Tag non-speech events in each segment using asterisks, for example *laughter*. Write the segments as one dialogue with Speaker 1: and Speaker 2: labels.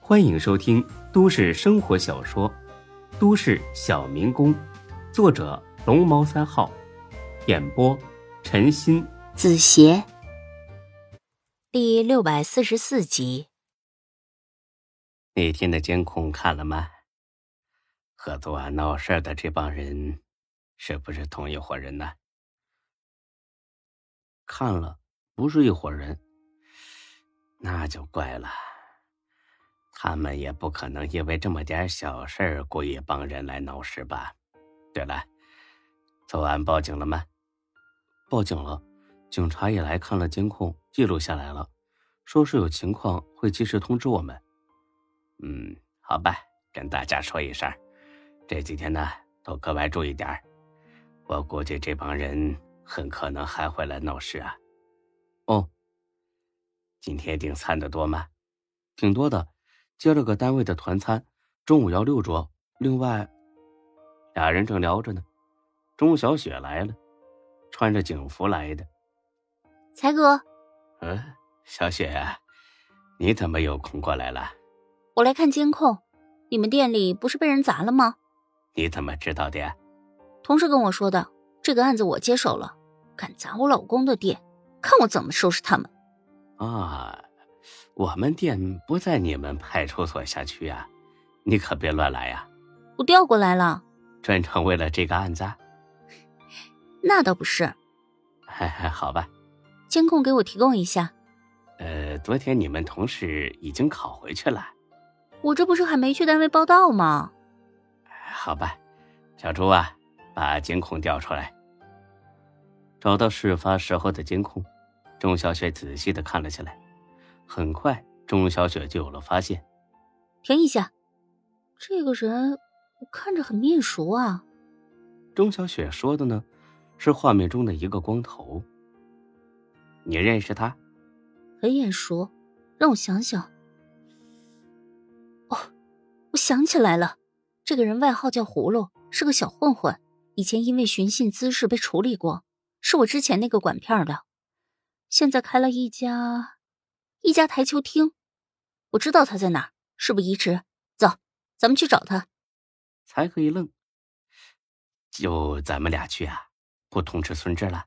Speaker 1: 欢迎收听都市生活小说《都市小民工》，作者龙猫三号，演播陈鑫、
Speaker 2: 子邪，第六百四十四集。
Speaker 1: 那天的监控看了吗？合作啊闹事儿的这帮人是不是同一伙人呢？看了，不是一伙人，那就怪了。他们也不可能因为这么点小事儿故意帮人来闹事吧？对了，昨晚报警了吗？报警了，警察也来看了监控，记录下来了，说是有情况会及时通知我们。嗯，好吧，跟大家说一声，这几天呢都格外注意点儿。我估计这帮人很可能还会来闹事啊。哦，今天订餐的多吗？挺多的，接了个单位的团餐，中午要六桌。另外，俩人正聊着呢，钟小雪来了，穿着警服来的。
Speaker 2: 才哥，
Speaker 1: 嗯，小雪啊，你怎么有空过来了？
Speaker 2: 我来看监控，你们店里不是被人砸了吗？
Speaker 1: 你怎么知道的呀？
Speaker 2: 同事跟我说的，这个案子我接手了，敢砸我老公的店，看我怎么收拾他们！
Speaker 1: 啊，我们店不在你们派出所辖区啊，你可别乱来呀、
Speaker 2: 我调过来了，
Speaker 1: 专程为了这个案子啊。
Speaker 2: 那倒不是，
Speaker 1: 好吧，
Speaker 2: 监控给我提供一下，
Speaker 1: 呃，昨天你们同事已经考回去了，
Speaker 2: 我这不是还没去单位报道吗？
Speaker 1: 好吧，小朱啊，把监控调出来。找到事发时候的监控，钟小雪仔细的看了起来。很快，钟小雪就有了发现。
Speaker 2: 停一下，这个人我看着很面熟啊，
Speaker 1: 钟小雪说的呢，是画面中的一个光头。你认识他？
Speaker 2: 很眼熟，让我想想。哦，我想起来了，这个人外号叫葫芦，是个小混混，以前因为寻衅滋事被处理过，是我之前那个管片儿的，现在开了一家一家台球厅，我知道他在哪儿，事不宜迟，走，咱们去找他。
Speaker 1: 才可一愣。就咱们俩去啊，不通知孙志了。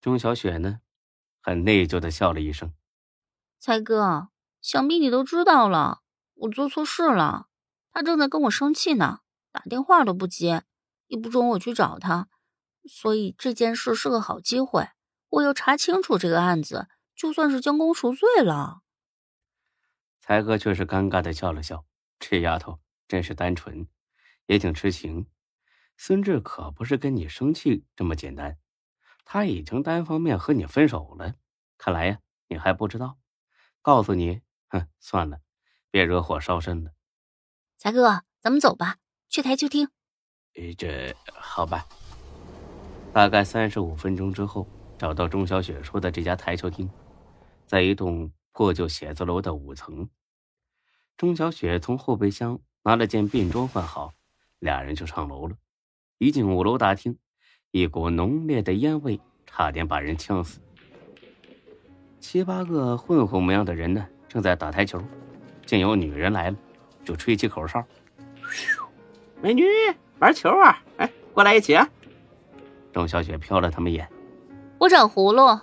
Speaker 1: 钟小雪呢，很内疚的笑了一声。
Speaker 2: 才哥，想必你都知道了，我做错事了。他正在跟我生气呢，打电话都不接，也不准我去找他。所以这件事是个好机会，我要查清楚这个案子，就算是将功赎罪了。
Speaker 1: 才哥却是尴尬的笑了笑。这丫头真是单纯，也挺痴情。孙志可不是跟你生气这么简单，他已经单方面和你分手了。看来呀，你还不知道。告诉你，哼，算了，别惹火烧身了。
Speaker 2: 才哥，咱们走吧，去台球厅。
Speaker 1: 诶，这好吧。大概三十五分钟之后，找到钟小雪说的这家台球厅，在一栋破旧写字楼的五层。钟小雪从后备箱拿了件便装换好，俩人就上楼了。一进五楼大厅，一股浓烈的烟味差点把人呛死。七八个混混模样的人呢，正在打台球，见有女人来了，就吹起口哨。美女，玩球啊！哎，过来一起啊！郑小雪瞟了他们一眼，
Speaker 2: 我找葫芦，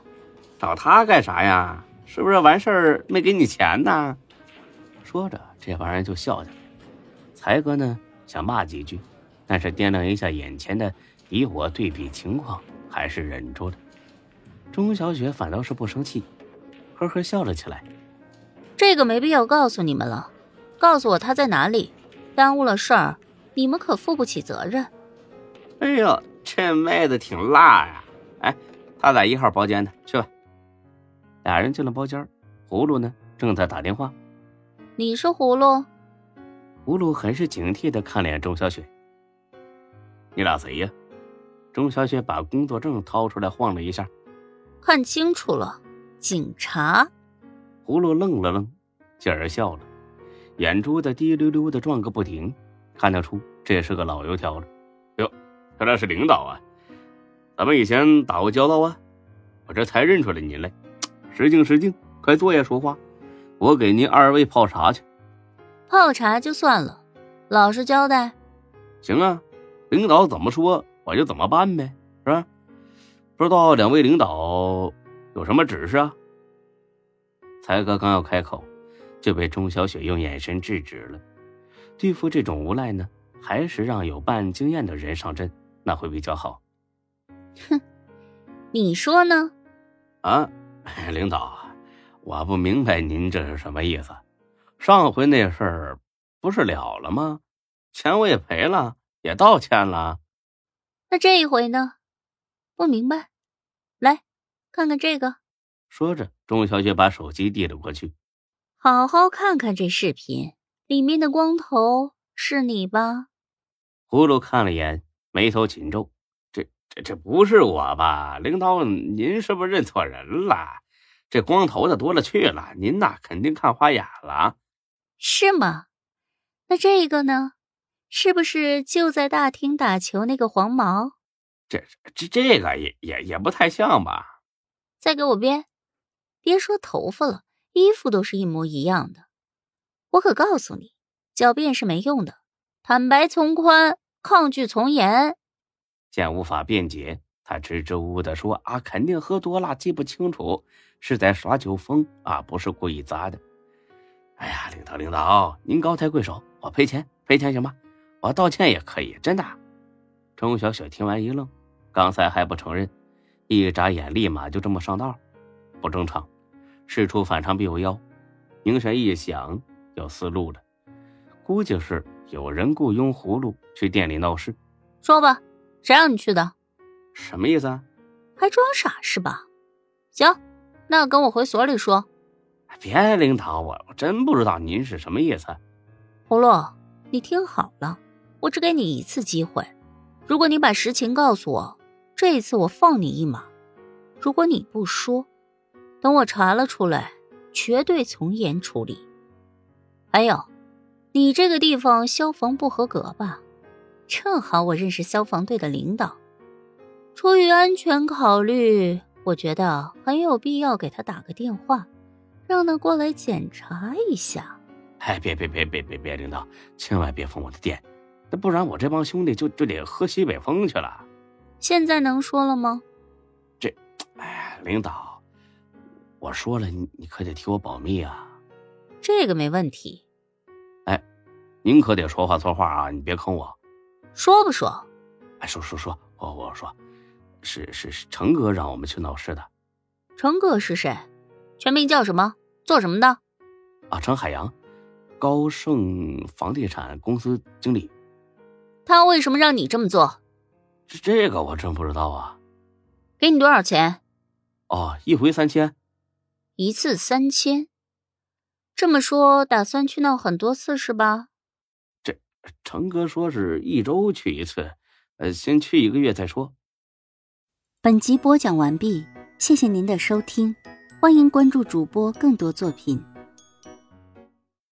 Speaker 1: 找他干啥呀？是不是完事儿没给你钱呢？说着，这帮人就笑起来。才哥呢，想骂几句，但是掂量一下眼前的敌我对比情况，还是忍住了。钟小雪反倒是不生气，呵呵笑了起来。
Speaker 2: 这个没必要告诉你们了。告诉我他在哪里，耽误了事儿，你们可负不起责任。
Speaker 1: 哎呦，这妹子挺辣呀、哎，她在一号包间呢，去吧。俩人进了包间，葫芦呢正在打电话。
Speaker 2: 你是葫芦，
Speaker 1: 葫芦很是警惕的看了眼钟小雪：“你俩谁呀？”钟小雪把工作证掏出来晃了一下，
Speaker 2: 看清楚了，警察。
Speaker 1: 葫芦愣了愣，继而笑了，眼珠子滴溜溜的转个不停，看得出这是个老油条了。哟，原来是领导啊！咱们以前打过交道啊，我这才认出来您来。失敬失敬，快坐下说话。我给您二位泡茶去。
Speaker 2: 泡茶就算了，老实交代。
Speaker 1: 行啊，领导怎么说我就怎么办呗，是吧？不知道两位领导有什么指示啊？才哥刚要开口，就被钟小雪用眼神制止了。对付这种无赖呢，还是让有办案经验的人上阵，那会比较好
Speaker 2: 哼，你说呢？
Speaker 1: 啊。 *laughs* 领导，啊我不明白您这是什么意思。上回那事儿不是了了吗？钱我也赔了，也道歉了。
Speaker 2: 那这一回呢？不明白。来，看看这个。
Speaker 1: 说着，钟小雪把手机递了过去。
Speaker 2: 好好看看这视频，里面的光头是你吧？
Speaker 1: 葫芦看了眼，眉头紧皱。这、这、这不是我吧？领导，您是不是认错人了？这光头的多了去了，您呐肯定看花眼了。
Speaker 2: 是吗？那这个呢？是不是就在大厅打球那个黄毛？
Speaker 1: 这、这、这个也也也不太像吧？
Speaker 2: 再给我编！别说头发了，衣服都是一模一样的。我可告诉你，狡辩是没用的，坦白从宽，抗拒从严。
Speaker 1: 见无法辩解，他支支吾吾地说：“啊，肯定喝多了，记不清楚，是在耍酒疯啊，不是故意砸的。”哎呀，领导，领导，您高抬贵手，我赔钱，赔钱行吗？我道歉也可以，真的。钟小雪听完一愣，刚才还不承认，一眨眼立马就这么上道，不正常。事出反常必有妖，凝神一想，有思路了，估计是有人雇佣葫芦去店里闹事。
Speaker 2: 说吧，谁让你去的？
Speaker 1: 什么意思啊？
Speaker 2: 还装傻是吧？行，那跟我回所里说。
Speaker 1: 别，领导，我我真不知道您是什么意思。
Speaker 2: 葫芦，你听好了，我只给你一次机会。如果你把实情告诉我，这一次我放你一马；如果你不说，等我查了出来，绝对从严处理。还有，你这个地方消防不合格吧？正好我认识消防队的领导，出于安全考虑，我觉得很有必要给他打个电话，让他过来检查一下。
Speaker 1: 哎，别别别别别别，领导，千万别封我的店，那不然我这帮兄弟就就得喝西北风去了。
Speaker 2: 现在能说了吗？
Speaker 1: 哎，领导，我说了，你你可得替我保密啊！
Speaker 2: 这个没问题，
Speaker 1: 您可得说话算话啊，你别坑我。
Speaker 2: 说不说？
Speaker 1: 哎，说说说，我我说，是是是，成哥让我们去闹事的
Speaker 2: 成哥是谁？全名叫什么？做什么的？
Speaker 1: 啊，程海洋，高盛房地产公司经理。
Speaker 2: 他为什么让你这么做？
Speaker 1: 这这个我真不知道啊。
Speaker 2: 给你多少钱？
Speaker 1: 哦，一回三千。
Speaker 2: 一次三千。这么说，打算去闹很多次是吧？
Speaker 1: 成哥说是一周去一次，呃，先去一个月再说。
Speaker 3: 本集播讲完毕，谢谢您的收听，欢迎关注主播更多作品。